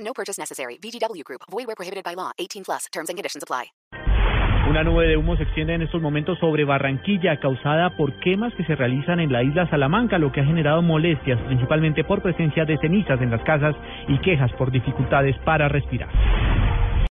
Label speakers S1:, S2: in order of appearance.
S1: No purchase necessary. VGW Group. Void where prohibited by law. 18 plus. Terms and conditions apply.
S2: Una nube de humo se extiende en estos momentos sobre Barranquilla, causada por quemas que se realizan en la isla Salamanca, lo que ha generado molestias, principalmente por presencia de cenizas en las casas y quejas por dificultades para respirar.